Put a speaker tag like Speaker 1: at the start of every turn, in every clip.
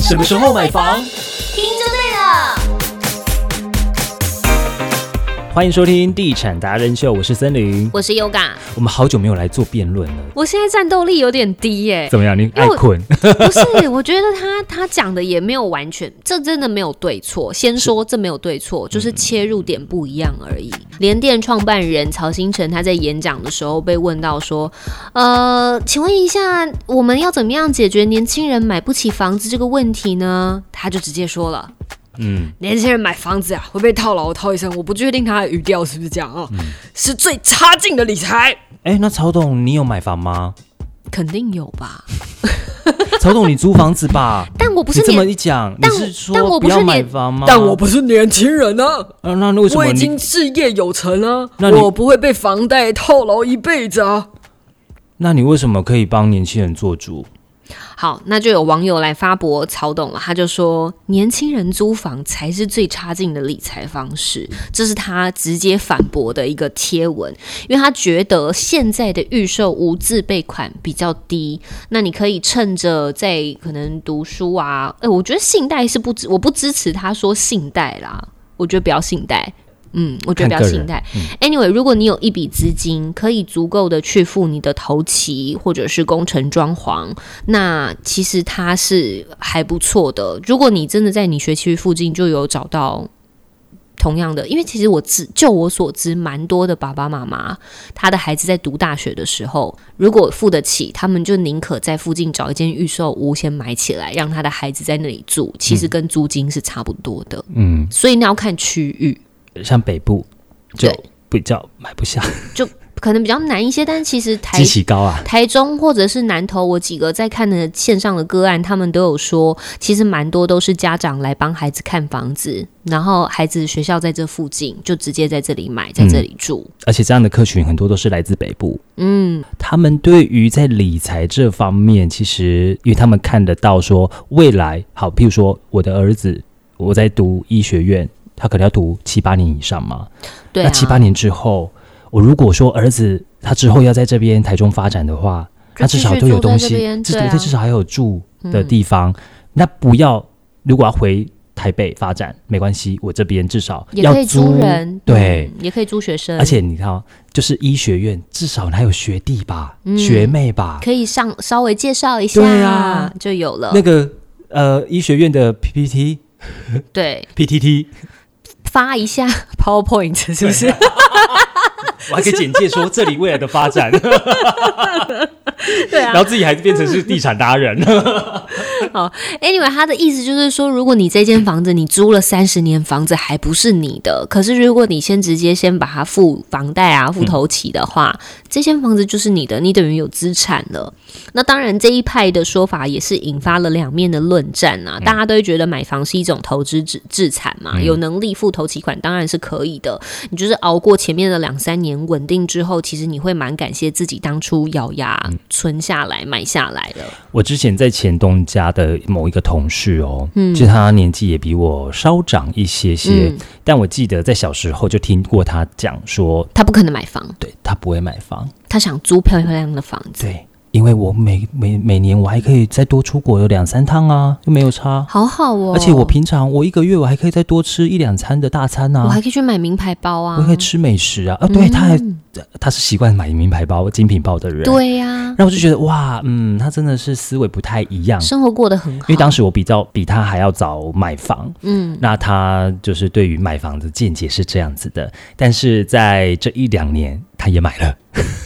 Speaker 1: 什么时候买房？
Speaker 2: 听就对了。
Speaker 1: 欢迎收听《地产达人秀》，我是森林。
Speaker 2: 我是 Yoga，
Speaker 1: 我们好久没有来做辩论了，
Speaker 2: 我现在战斗力有点低耶、
Speaker 1: 怎么样？你爱困？
Speaker 2: 不是，我觉得他他讲的也没有完全，这真的没有对错。先说这没有对
Speaker 1: 嗯
Speaker 2: 错，就是切入点不一样而已。联电创办人曹新成他在演讲的时候被问到说，呃，请问一下，我们要怎么样解决年轻人买不起房子这个问题呢？他就直接说了。
Speaker 1: 嗯，
Speaker 2: 年轻人买房子啊，会被套牢，套一生。我不确定他的语调是不是这样
Speaker 1: 嗯
Speaker 2: 啊，是最差劲的理财，
Speaker 1: 哎，那曹董，你有买房吗？
Speaker 2: 肯定有吧？
Speaker 1: 曹董，你租房子吧？
Speaker 2: 但我不
Speaker 1: 你
Speaker 2: 是
Speaker 1: 这么
Speaker 2: 年，
Speaker 1: 一讲，你
Speaker 2: 但
Speaker 1: 是说
Speaker 2: 但我不是
Speaker 1: 要买
Speaker 2: 年
Speaker 1: 房吗？
Speaker 3: 但我不是年轻人啊，
Speaker 1: 啊，那那为什
Speaker 3: 我
Speaker 1: 么
Speaker 3: 已
Speaker 1: 你
Speaker 3: 经事业有成
Speaker 2: 啊
Speaker 3: 了、
Speaker 1: 那你
Speaker 3: 我不会被房贷套牢一辈子啊。
Speaker 1: 那你为什么可以帮年轻人做主？
Speaker 2: 好，那就有网友来发博曹董了，他就说年轻人租房才是最差劲的理财方式，这是他直接反驳的一个贴文，因为他觉得现在的预售无自备款比较低，那你可以趁着在可能读书啊，哎、我觉得信贷是不支，我不支持他说信贷啦，我觉得不要信贷。嗯，我觉得不
Speaker 1: 看
Speaker 2: 要
Speaker 1: 个人嗯
Speaker 2: 信贷。Anyway，如果你有一笔资金可以足够的去付你的头期或者是工程装潢，那其实它是还不错的。如果你真的在你学区附近就有找到同样的，因为其实我知就我所知，蛮多的爸爸妈妈他的孩子在读大学的时候，如果付得起，他们就宁可在附近找一间预售屋先买起来，让他的孩子在那里住，其实跟租金是差不多的。
Speaker 1: 嗯，
Speaker 2: 所以你要看区域。
Speaker 1: 像北部就
Speaker 2: 对
Speaker 1: 比较买不下，
Speaker 2: 可能比较难一些，但其实台
Speaker 1: 极其高啊。
Speaker 2: 台中或者是南投，我几个在看的线上的个案，他们都有说，其实蛮多都是家长来帮孩子看房子，然后孩子学校在这附近，就直接在这里买，在这里住。
Speaker 1: 而且这样的客群很多都是来自北部，
Speaker 2: 嗯，
Speaker 1: 他们对于在理财这方面，其实因为他们看得到说未来好，譬如说我的儿子我在读医学院，他可能要读七八年以上嘛，
Speaker 2: 对
Speaker 1: 那
Speaker 2: 啊，
Speaker 1: 七八年之后，我如果说儿子他之后要在这边台中发展的话，
Speaker 2: 就
Speaker 1: 他至少都有东西
Speaker 2: 继续住在这，边
Speaker 1: 至
Speaker 2: 对啊
Speaker 1: 他至少还有住的地方。那不要，如果要回台北发展，没关系，我这边至少
Speaker 2: 也
Speaker 1: 要
Speaker 2: 可以租人，
Speaker 1: 对。
Speaker 2: 嗯，也可以租学生，
Speaker 1: 而且你看哦，就是医学院，至少还有学弟吧、
Speaker 2: 嗯
Speaker 1: 学妹吧，
Speaker 2: 可以上稍微介绍一下，
Speaker 1: 对啊
Speaker 2: 就有了
Speaker 1: 那。个呃，医学院的 PPT、
Speaker 2: 对，
Speaker 1: PTT，
Speaker 2: 发一下 PowerPoint 是不是？
Speaker 1: 我还可以简介说这里未来的发 展，
Speaker 2: 啊对 啊
Speaker 1: 然后。自己还变成是地产达人。
Speaker 2: 嗯 Anyway，他的意思就是说，如果你这间房子你租了三十年，房子还不是你的，可是如果你先直接先把它付房贷啊、付头期的话，这间房子就是你的，你等于有资产了。那当然，这一派的说法也是引发了两面的论战啊。大家都会觉得买房是一种投资制制产嘛，有能力付头期款当然是可以的。你就是熬过前面的两三年稳定之后，其实你会蛮感谢自己当初咬牙存下来、买下来的。
Speaker 1: 我之前在前东家的某一个同事哦，其实他年纪也比我稍长一些些，
Speaker 2: 嗯
Speaker 1: 但我记得在小时候就听过他讲说，
Speaker 2: 他不可能买房。
Speaker 1: 对他不会买房，
Speaker 2: 他想租漂漂亮亮的房子，
Speaker 1: 对，因为我每每每年我还可以再多出国有两三趟啊，又没有差，
Speaker 2: 好好哦。
Speaker 1: 而且我平常我一个月我还可以再多吃一两餐的大餐
Speaker 2: 我还
Speaker 1: 啊。
Speaker 2: 可以去买名牌包啊，嗯
Speaker 1: 我可以吃美食啊！啊，对，他还他是习惯买名牌包、精品包的人。，
Speaker 2: 对呀、
Speaker 1: 然后我就觉得哇，嗯，他真的是思维不太一样。
Speaker 2: 生活过得很好。
Speaker 1: 因为当时我比较比他还要早买房，
Speaker 2: 嗯，
Speaker 1: 那他就是对于买房的见解是这样子的，但是在这一两年他也买了。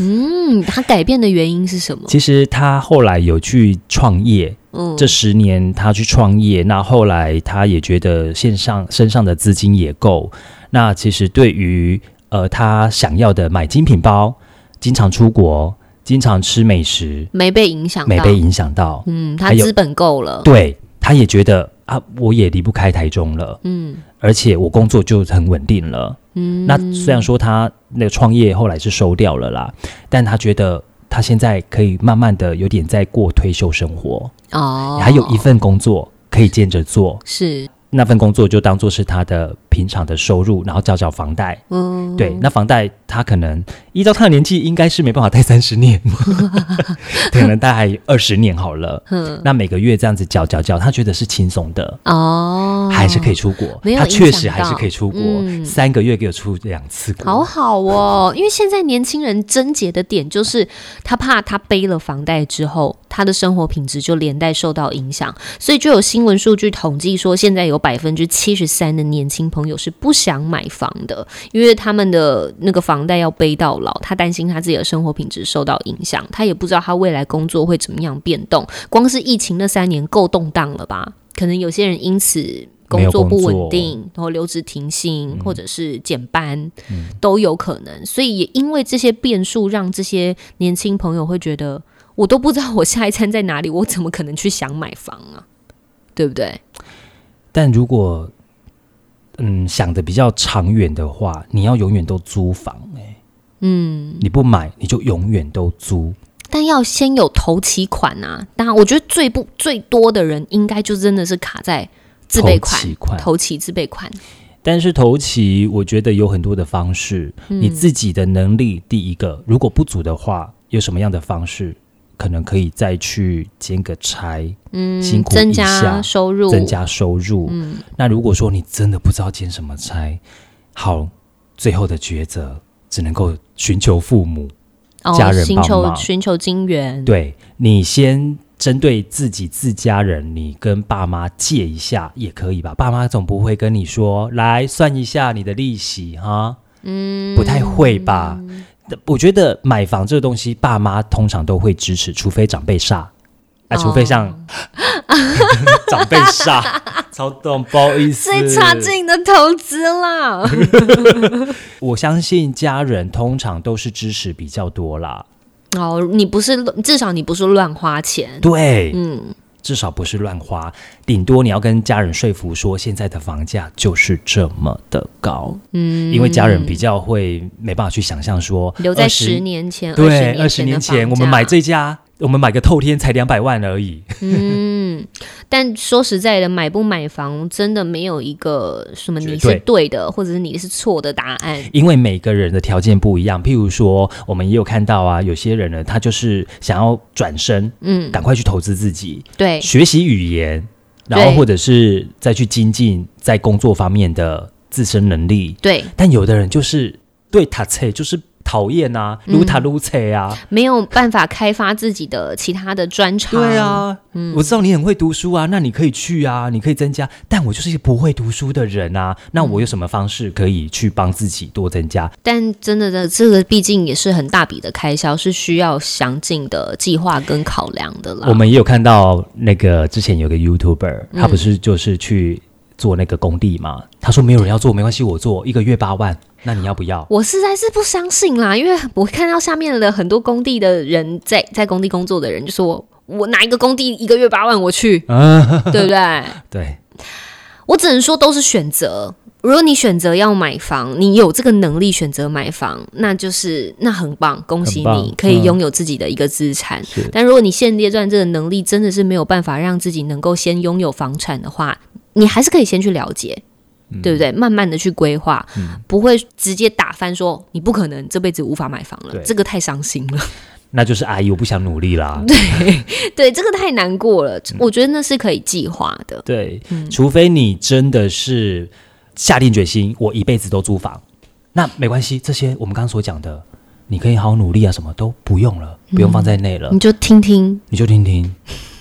Speaker 2: 嗯，他改变的原因是什么？
Speaker 1: 其实他后来有去创业，
Speaker 2: 嗯，
Speaker 1: 这十年他去创业，那后来他也觉得线上身上的资金也够，那其实对于呃他想要的买精品包，经常出国，经常吃美食，
Speaker 2: 没被影响到，
Speaker 1: 没被影响到，
Speaker 2: 嗯，他
Speaker 1: 还有
Speaker 2: 资本够了，
Speaker 1: 对，他也觉得啊，我也离不开台中了。
Speaker 2: 嗯
Speaker 1: 而且我工作就很稳定了。
Speaker 2: 嗯，
Speaker 1: 那虽然说他那个创业后来是收掉了啦，但他觉得他现在可以慢慢的有点在过退休生活，
Speaker 2: 哦，
Speaker 1: 还有一份工作可以兼着做，
Speaker 2: 是
Speaker 1: 那份工作就当做是他的平常的收入，然后缴缴房贷。
Speaker 2: 嗯，
Speaker 1: 对，那房贷他可能依照他的年纪，应该是没办法贷三十 年，可能贷二十年好了。
Speaker 2: 嗯，
Speaker 1: 那每个月这样子缴缴缴，他觉得是轻松的，
Speaker 2: 哦，
Speaker 1: 还是可以出国
Speaker 2: 没。有
Speaker 1: 他
Speaker 2: 影
Speaker 1: 确
Speaker 2: 响
Speaker 1: 实还是
Speaker 2: 到
Speaker 1: 可以出国，
Speaker 2: 嗯
Speaker 1: 三个月给我出两次国。
Speaker 2: 好好哦，因为现在年轻人症结的点就是，他怕他背了房贷之后，他的生活品质就连带受到影响，所以就有新闻数据统计说，现在有百分之七十三的年轻朋友是不想买房的，因为他们的那个房贷要背到老，他担心他自己的生活品质受到影响，他也不知道他未来工作会怎么样变动，光是疫情那三年够动荡了吧？可能有些人因此。
Speaker 1: 没
Speaker 2: 工
Speaker 1: 有
Speaker 2: 作不
Speaker 1: 工
Speaker 2: 稳
Speaker 1: 作
Speaker 2: 定，然后留职停薪，或者是减班，都有可能。所以也因为这些变数，让这些年轻朋友会觉得，我都不知道我下一餐在哪里，我怎么可能去想买房啊？对不对？
Speaker 1: 但如果嗯想的比较长远的话，你要永远都租房、欸、嗯，你不买你就永远都租。
Speaker 2: 但要先有头期款啊！当然，我觉得最不最多的人，应该就真的是卡在自备款、
Speaker 1: 头期款
Speaker 2: 头期自备款。
Speaker 1: 但是投期，我觉得有很多的方式。你自己的能力，第一个，如果不足的话，有什么样的方式，可能可以再去兼个差，
Speaker 2: 嗯，
Speaker 1: 辛苦
Speaker 2: 增
Speaker 1: 一
Speaker 2: 加
Speaker 1: 下
Speaker 2: 收入，
Speaker 1: 增加收入。那如果说你真的不知道兼什么差，好，最后的抉择只能够寻求父母。
Speaker 2: 哦
Speaker 1: 家人
Speaker 2: 寻
Speaker 1: 帮
Speaker 2: 求
Speaker 1: 忙
Speaker 2: 寻求金源，
Speaker 1: 对你先针对自己自家人，你跟爸妈借一下也可以吧？爸妈总不会跟你说来算一下你的利息哈，嗯，不太会吧？我觉得买房这个东西，爸妈通常都会支持，除非长辈煞。啊，
Speaker 2: 哦
Speaker 1: 除非 像、长辈煞，超懂，不好意思，
Speaker 2: 最差劲的投资啦。
Speaker 1: 我相信家人通常都是支持比较多啦，
Speaker 2: 哦，你不是至少你不是乱花钱，
Speaker 1: 对，
Speaker 2: 嗯，
Speaker 1: 至少不是乱花，顶多你要跟家人说服说现在的房价就是这么的高，嗯，因为家人比较会没办法去想象说
Speaker 2: 留在
Speaker 1: 20
Speaker 2: 十年前，
Speaker 1: 对
Speaker 2: 二
Speaker 1: 二
Speaker 2: 十
Speaker 1: 十
Speaker 2: 年
Speaker 1: 年
Speaker 2: 前的
Speaker 1: 前
Speaker 2: 房
Speaker 1: 我们买
Speaker 2: 价，
Speaker 1: 这家，我们买个透天才两百万而已，
Speaker 2: 嗯，但说实在的，买不买房真的没有一个什么你
Speaker 1: 绝
Speaker 2: 是
Speaker 1: 对
Speaker 2: 对的，或者是你是错的答案，
Speaker 1: 因为每个人的条件不一样，譬如说我们也有看到啊，有些人呢他就是想要转身，
Speaker 2: 嗯，
Speaker 1: 赶快去投资自己，
Speaker 2: 对，
Speaker 1: 学习语言，然后
Speaker 2: 对
Speaker 1: 或者是再去精进在工作方面的自身能力，
Speaker 2: 对，
Speaker 1: 但有的人就是对塔切就是讨厌啊，
Speaker 2: 嗯
Speaker 1: 撸塔撸切啊，
Speaker 2: 没有办法开发自己的其他的专长，
Speaker 1: 对，啊，
Speaker 2: 嗯
Speaker 1: 我知道你很会读书啊，那你可以去啊，你可以增加，但我就是一个不会读书的人啊，那我有什么方式可以去帮自己多增加？
Speaker 2: 但真的的，这个毕竟也是很大笔的开销，是需要详尽的计划跟考量的啦。
Speaker 1: 我们也有看到那个之前有个 YouTuber，他
Speaker 2: 嗯
Speaker 1: 不是就是去。做那个工地嘛，他说没有人要做，没关系，我做一个月八万，那你要不要？
Speaker 2: 我实在是不相信啦，因为我看到下面的很多工地的人在在工地工作的人就说，我哪一个工地一个月八万我去，对不对？
Speaker 1: 对，
Speaker 2: 我只能说都是选择。如果你选择要买房，你有这个能力选择买房，那就是那很棒，恭
Speaker 1: 很
Speaker 2: 喜
Speaker 1: 棒
Speaker 2: 你可以
Speaker 1: 嗯
Speaker 2: 拥有自己的一个资产。
Speaker 1: 是
Speaker 2: 但如果你现阶段这个能力真的是没有办法让自己能够先拥有房产的话，你还是可以先去了解，
Speaker 1: 嗯
Speaker 2: 对不对？慢慢的去规划，不会直接打翻说你不可能这辈子无法买房了，
Speaker 1: 对
Speaker 2: 这个太伤心 了。
Speaker 1: 那就是阿姨，我不想努力啦。
Speaker 2: 对，这个太难过了。
Speaker 1: 嗯
Speaker 2: 我觉得那是可以计划的。
Speaker 1: 对，
Speaker 2: 嗯
Speaker 1: 除非你真的是下定决心，我一辈子都租房，那没关系，这些我们刚刚所讲的，你可以好好努力啊，什么都不用了，
Speaker 2: 嗯
Speaker 1: 不用放在内了，
Speaker 2: 你就听听，
Speaker 1: 你就听听。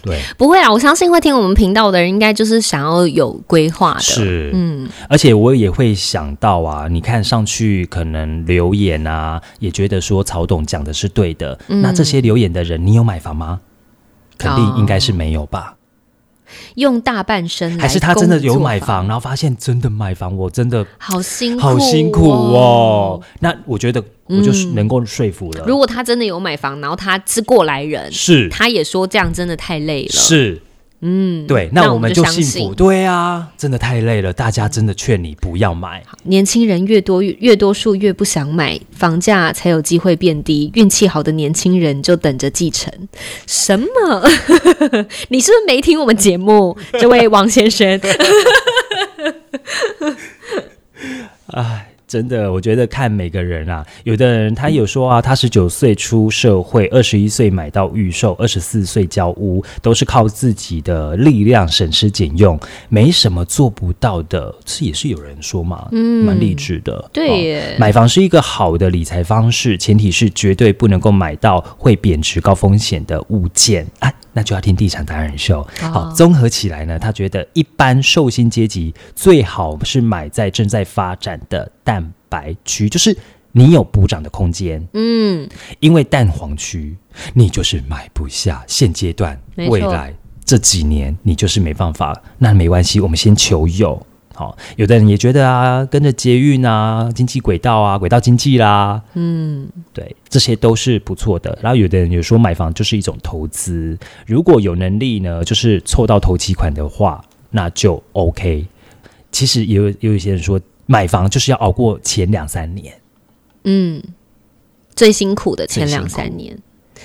Speaker 1: 对，
Speaker 2: 不会啊！我相信会听我们频道的人，应该就是想要有规划的。，
Speaker 1: 是，
Speaker 2: 嗯，
Speaker 1: 而且我也会想到啊，你看上去可能留言啊，也觉得说曹董讲的是对的，
Speaker 2: 嗯
Speaker 1: 那这些留言的人，你有买房吗？肯
Speaker 2: 哦
Speaker 1: 定应该是没有吧。
Speaker 2: 用大半生来
Speaker 1: 还是他真的有买
Speaker 2: 工作法，
Speaker 1: 房，然后发现真的买房，我真的
Speaker 2: 好辛苦、嗯
Speaker 1: 好辛苦哦。。那我觉得我就是能够说服了，
Speaker 2: 如果他真的有买房，然后他是过来人，
Speaker 1: 是
Speaker 2: 他也说这样真的太累了。，
Speaker 1: 是，嗯，对，
Speaker 2: 那
Speaker 1: 那
Speaker 2: 我
Speaker 1: 我
Speaker 2: 们
Speaker 1: 们
Speaker 2: 就
Speaker 1: 就
Speaker 2: 相
Speaker 1: 幸
Speaker 2: 信
Speaker 1: 福。对啊，真的太累了，大家真的劝你不要买，
Speaker 2: 年轻人越多越越多数越不想买，房价才有机会变低。运气好的年轻人就等着继承。什么？ 你是不是 没听我们节目，这位王先生？
Speaker 1: 哎，真的，我觉得看每个人啊，有的人他有说啊，他十九岁出社会，二十一岁买到预售，二十四岁交屋，都是靠自己的力量省吃俭用，没什么做不到的。这也是有人说嘛，嗯，蛮励志的。
Speaker 2: 对
Speaker 1: 哦
Speaker 2: 耶
Speaker 1: 买房是一个好的理财方式，前提是绝对不能够买到会贬值、高风险的物件。哎、那就要听地产达人秀。好，综合起来呢，他觉得一般寿星阶级最好是买在正在发展的蛋白区，就是你有补涨的空间，
Speaker 2: 嗯，
Speaker 1: 因为蛋黄区你就是买不下，现阶段
Speaker 2: 没错
Speaker 1: 未来这几年你就是没办法，那没关系，我们先求有。好，有的人也觉得啊，跟着捷运啊、经济轨道啊、轨道经济啦，
Speaker 2: 嗯，
Speaker 1: 对，这些都是不错的。然后有的人也说买房就是一种投资，如果有能力呢，就是凑到头期款的话，那就 OK。其实也有也有一些人说，买房就是要熬过前两三年。
Speaker 2: 嗯，最辛苦的前
Speaker 1: 最辛苦
Speaker 2: 两三年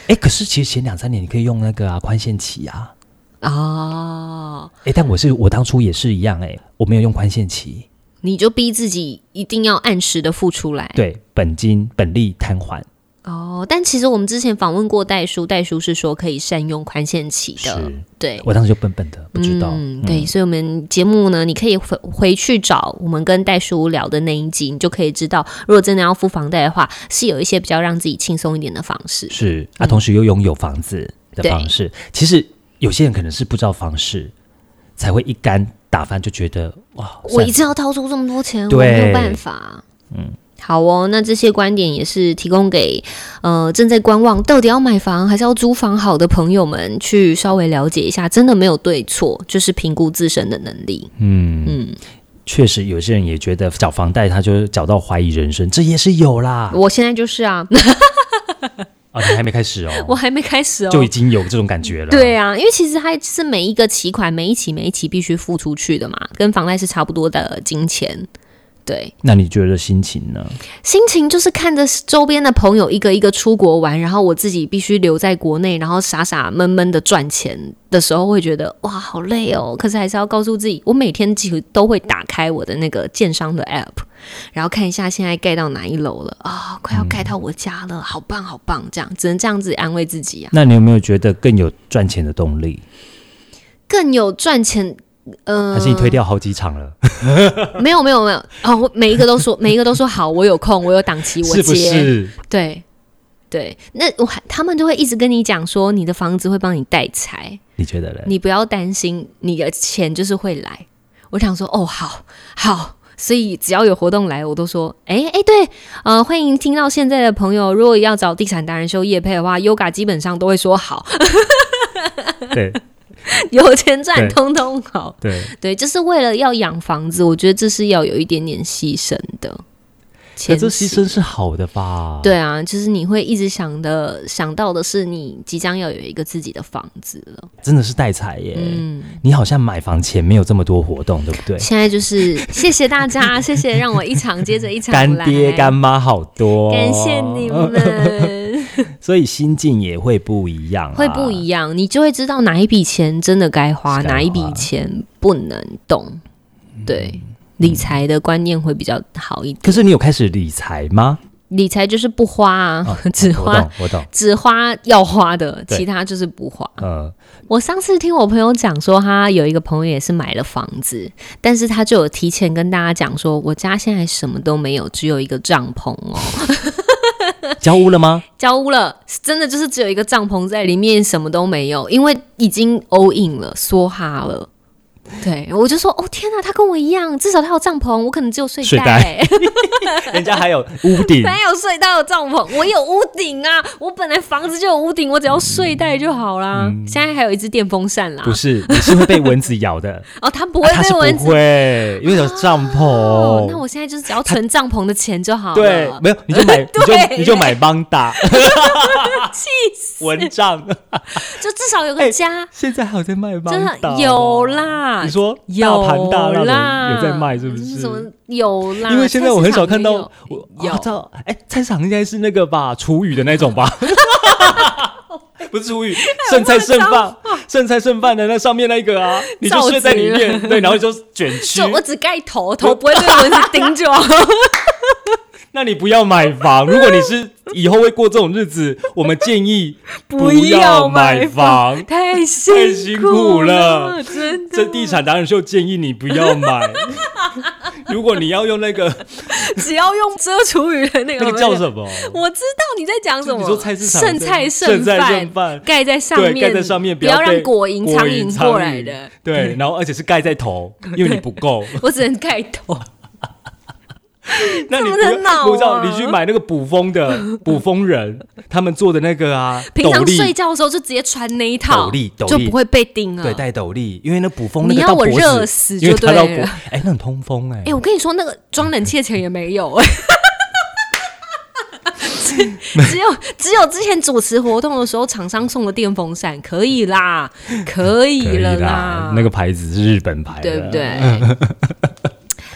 Speaker 1: 哎，可是其实前两三年你可以用那个啊宽限期啊。
Speaker 2: 哦，
Speaker 1: 哎，但我是我当初也是一样哎，我没有用宽限期，
Speaker 2: 你就逼自己一定要按时的付出来。
Speaker 1: 对，本金本利摊还。
Speaker 2: 哦，但其实我们之前访问过代叔，代叔是说可以善用宽限期的
Speaker 1: 是，
Speaker 2: 对。
Speaker 1: 我当时就笨笨的，不知道。
Speaker 2: 哎嗯，对，所以我们节目呢，你可以回回去找我们跟戴叔聊的那一集，你就可以知道，如果真的要付房贷的话，是有一些比较让自己轻松一点的方式。
Speaker 1: 是啊，同时又拥有房子的
Speaker 2: 嗯对
Speaker 1: 方式。其实有些人可能是不知道房事，才会一竿打翻，就觉得哇，
Speaker 2: 我
Speaker 1: 算
Speaker 2: 一次要掏出这么多钱，我
Speaker 1: 对
Speaker 2: 没有办法。嗯，好哦，那这些观点也是提供给呃正在观望到底要买房还是要租房好的朋友们去稍微了解一下，真的没有对错，就是评估自身的能力。
Speaker 1: 嗯
Speaker 2: 嗯，
Speaker 1: 确实有些人也觉得缴房贷，他就缴到怀疑人生，这也是有啦。
Speaker 2: 我现在就是啊，
Speaker 1: 啊，你还没开始哦，
Speaker 2: 我还没开始哦，
Speaker 1: 就已经有这种感觉了。
Speaker 2: 对啊，因为其实它是每一个期款、每一期、每一期必须付出去的嘛，跟房贷是差不多的金钱。对，
Speaker 1: 那你觉得心情呢？
Speaker 2: 心情就是看着周边的朋友一个一个出国玩，然后我自己必须留在国内，然后傻傻闷闷的赚钱的时候，会觉得哇好累哦。可是还是要告诉自己，我每天几乎都会打开我的那个建商的 app，然后看一下现在盖到哪一楼了啊、快要盖到
Speaker 1: 嗯
Speaker 2: 我家了，好棒好棒，这样只能这样子安慰自己啊。
Speaker 1: 那你有没有觉得更有赚钱的动力？
Speaker 2: 更有赚钱，呃，
Speaker 1: 还是你推掉好几场了？
Speaker 2: 没有没有没有哦，我每一个都说，每一个都说好，我有空，我有档期，我
Speaker 1: 是
Speaker 2: 接。
Speaker 1: 不是？
Speaker 2: 对对，那我还他们就会一直跟你讲说，你的房子会帮你带财，
Speaker 1: 你觉得嘞？
Speaker 2: 你不要担心，你的钱就是会来。我想说，哦，好好。所以只要有活动来，我都说，哎、哎、对，呃，欢迎听到现在的朋友，如果要找地产达人修业配的话，Yoga 基本上都会说好，
Speaker 1: 对
Speaker 2: 有钱赚
Speaker 1: 对
Speaker 2: 通通好，
Speaker 1: 对，
Speaker 2: 对，就是为了要养房子，我觉得这是要有一点点牺牲的。
Speaker 1: 可
Speaker 2: 前
Speaker 1: 哎这牺
Speaker 2: 期
Speaker 1: 牲是好的吧？
Speaker 2: 对啊，就是你会一直想的想到的是，你即将要有一个自己的房子了。
Speaker 1: 真的是带财耶。
Speaker 2: 嗯，
Speaker 1: 你好像买房前没有这么多活动，对不对？
Speaker 2: 现在就是谢谢大家，谢谢让我一场接着一场
Speaker 1: 干
Speaker 2: 来，
Speaker 1: 爹干妈好多，
Speaker 2: 感谢你，们，
Speaker 1: 所以心境也会不一样、啊，
Speaker 2: 会不一样，你就会知道哪一笔钱真的该花，
Speaker 1: 是该
Speaker 2: 哪一笔
Speaker 1: 花嗯
Speaker 2: 钱不能动。对，理财的观念会比较好一点。
Speaker 1: 可是你有开始理财吗？
Speaker 2: 理财就是不花啊，
Speaker 1: 哦
Speaker 2: 只
Speaker 1: 我
Speaker 2: 花
Speaker 1: 懂，我懂。
Speaker 2: 只花要花的，
Speaker 1: 对
Speaker 2: 其他就是不花。
Speaker 1: 呃，
Speaker 2: 我上次听我朋友讲说，他有一个朋友也是买了房子，但是他就有提前跟大家讲说，我家现在什么都没有，只有一个帐篷哦，
Speaker 1: 交屋了 吗？
Speaker 2: 交屋了，真的就是只有一个帐篷在里面，什么都没有，因为已经 all in 了，梭哈了。对，我就说，哦天哪，他跟我一样，至少他有帐篷，我可能只有睡
Speaker 1: 睡
Speaker 2: 袋
Speaker 1: 袋，人家还有屋顶，
Speaker 2: 没有睡袋有帐篷，我有屋顶啊，我本来房子就有屋顶，我只要睡袋就好啦。现在还有一只电风扇啦
Speaker 1: 嗯不，是，你是会被蚊子咬 的，
Speaker 2: 哦，它不
Speaker 1: 不
Speaker 2: 会
Speaker 1: 他是
Speaker 2: 被蚊
Speaker 1: 不
Speaker 2: 子
Speaker 1: 会，因为有帐篷。
Speaker 2: 哦，那我现在就是只要存帐篷的钱就好了。
Speaker 1: 对，没有你就买，你就
Speaker 2: 对
Speaker 1: 你就买邦达，气死！蚊帐，
Speaker 2: 就至少
Speaker 1: 哎
Speaker 2: 有个 家，
Speaker 1: 现在还有在卖邦
Speaker 2: 真
Speaker 1: 达吗
Speaker 2: 的有啦
Speaker 1: 你。说大
Speaker 2: 有
Speaker 1: 盘大浪
Speaker 2: 啦，
Speaker 1: 的有在卖是不是？
Speaker 2: 什么有啦？
Speaker 1: 因为现在我很少看到我，啊哦
Speaker 2: 有
Speaker 1: 我知道，哎，菜市场应该是那个吧，厨余的那种吧，不是厨余，剩菜剩饭，剩菜剩饭的那上面那个 啊，你就睡在里面，对，然后就卷曲
Speaker 2: 就。我只盖头，头不会被蚊子叮啊就 好。
Speaker 1: 那你不要买房，如果你是以后会过这种日子，我们建 议要买房。
Speaker 2: 太
Speaker 1: 太
Speaker 2: 辛
Speaker 1: 辛
Speaker 2: 苦
Speaker 1: 苦了
Speaker 2: 真 的。
Speaker 1: 这地产达人秀建议你不要买。 如果你要用那个
Speaker 2: 只要用遮厨余的那个
Speaker 1: 那个叫什么，
Speaker 2: 我知道你在讲什么。
Speaker 1: 你说菜市场
Speaker 2: 剩菜
Speaker 1: 剩菜
Speaker 2: 饭
Speaker 1: 剩饭
Speaker 2: 盖在上面，
Speaker 1: 对，盖在上面，
Speaker 2: 不要
Speaker 1: 被
Speaker 2: 让果蝇、
Speaker 1: 果
Speaker 2: 苍蝇
Speaker 1: 苍
Speaker 2: 过来的。
Speaker 1: 对，然后而且是盖在头，因为你不够。
Speaker 2: 我只能盖
Speaker 1: 哦
Speaker 2: 头，
Speaker 1: 那你
Speaker 2: 这
Speaker 1: 不
Speaker 2: 么能
Speaker 1: 要
Speaker 2: 闹
Speaker 1: 不知道，
Speaker 2: 啊
Speaker 1: 你去买那个捕风 的捕风人，他们做的那个啊，
Speaker 2: 平
Speaker 1: 斗
Speaker 2: 常
Speaker 1: 笠，
Speaker 2: 睡觉的时候就直接穿那一套，
Speaker 1: 斗笠斗笠
Speaker 2: 就不会被叮啊。
Speaker 1: 对，戴斗笠，因为那捕风
Speaker 2: 你
Speaker 1: 那个
Speaker 2: 要
Speaker 1: 到
Speaker 2: 我
Speaker 1: 脖子，
Speaker 2: 热死
Speaker 1: 因为
Speaker 2: 就
Speaker 1: 它到
Speaker 2: 对
Speaker 1: 脖
Speaker 2: 了，
Speaker 1: 哎，那很通风哎
Speaker 2: 哎、。我跟你说，那个装冷气的钱也没 有、哎只只有只有之前主持活动的时候，厂商送的电风扇可以啦，可
Speaker 1: 可
Speaker 2: 以
Speaker 1: 以
Speaker 2: 了
Speaker 1: 啦，那个牌子是日本牌的，
Speaker 2: 对 不对？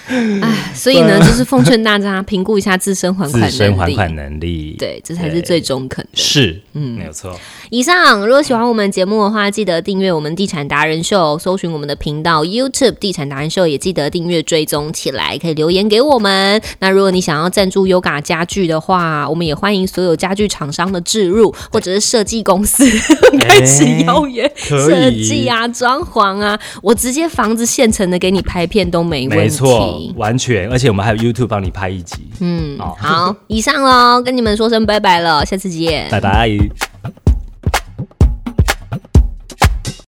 Speaker 2: 哎，所以呢，就是奉劝大家评估一下自身还款
Speaker 1: 自
Speaker 2: 能力，
Speaker 1: 身还款能力，，
Speaker 2: 对，这才是最中肯的。
Speaker 1: 是，嗯，没有错。
Speaker 2: 以上，如果喜欢我们节目的话，记得订阅我们地产达人秀，搜寻我们的频道 YouTube 地产达人秀，也记得订阅追踪起来，可以留言给我们。那如果你想要赞助 Yoga 家具的话，我们也欢迎所有家具厂商的置入，或者是设计公司 开始邀约
Speaker 1: 可
Speaker 2: 设
Speaker 1: 以
Speaker 2: 计啊、装潢啊，我直接房子现成的给你拍片都没问
Speaker 1: 没错
Speaker 2: 题，。
Speaker 1: 完全，而且我们还有 YouTube 帮你拍一集，
Speaker 2: 嗯，
Speaker 1: 好
Speaker 2: 好，以上喽，跟你们说声拜拜了，下次见。
Speaker 1: 拜拜。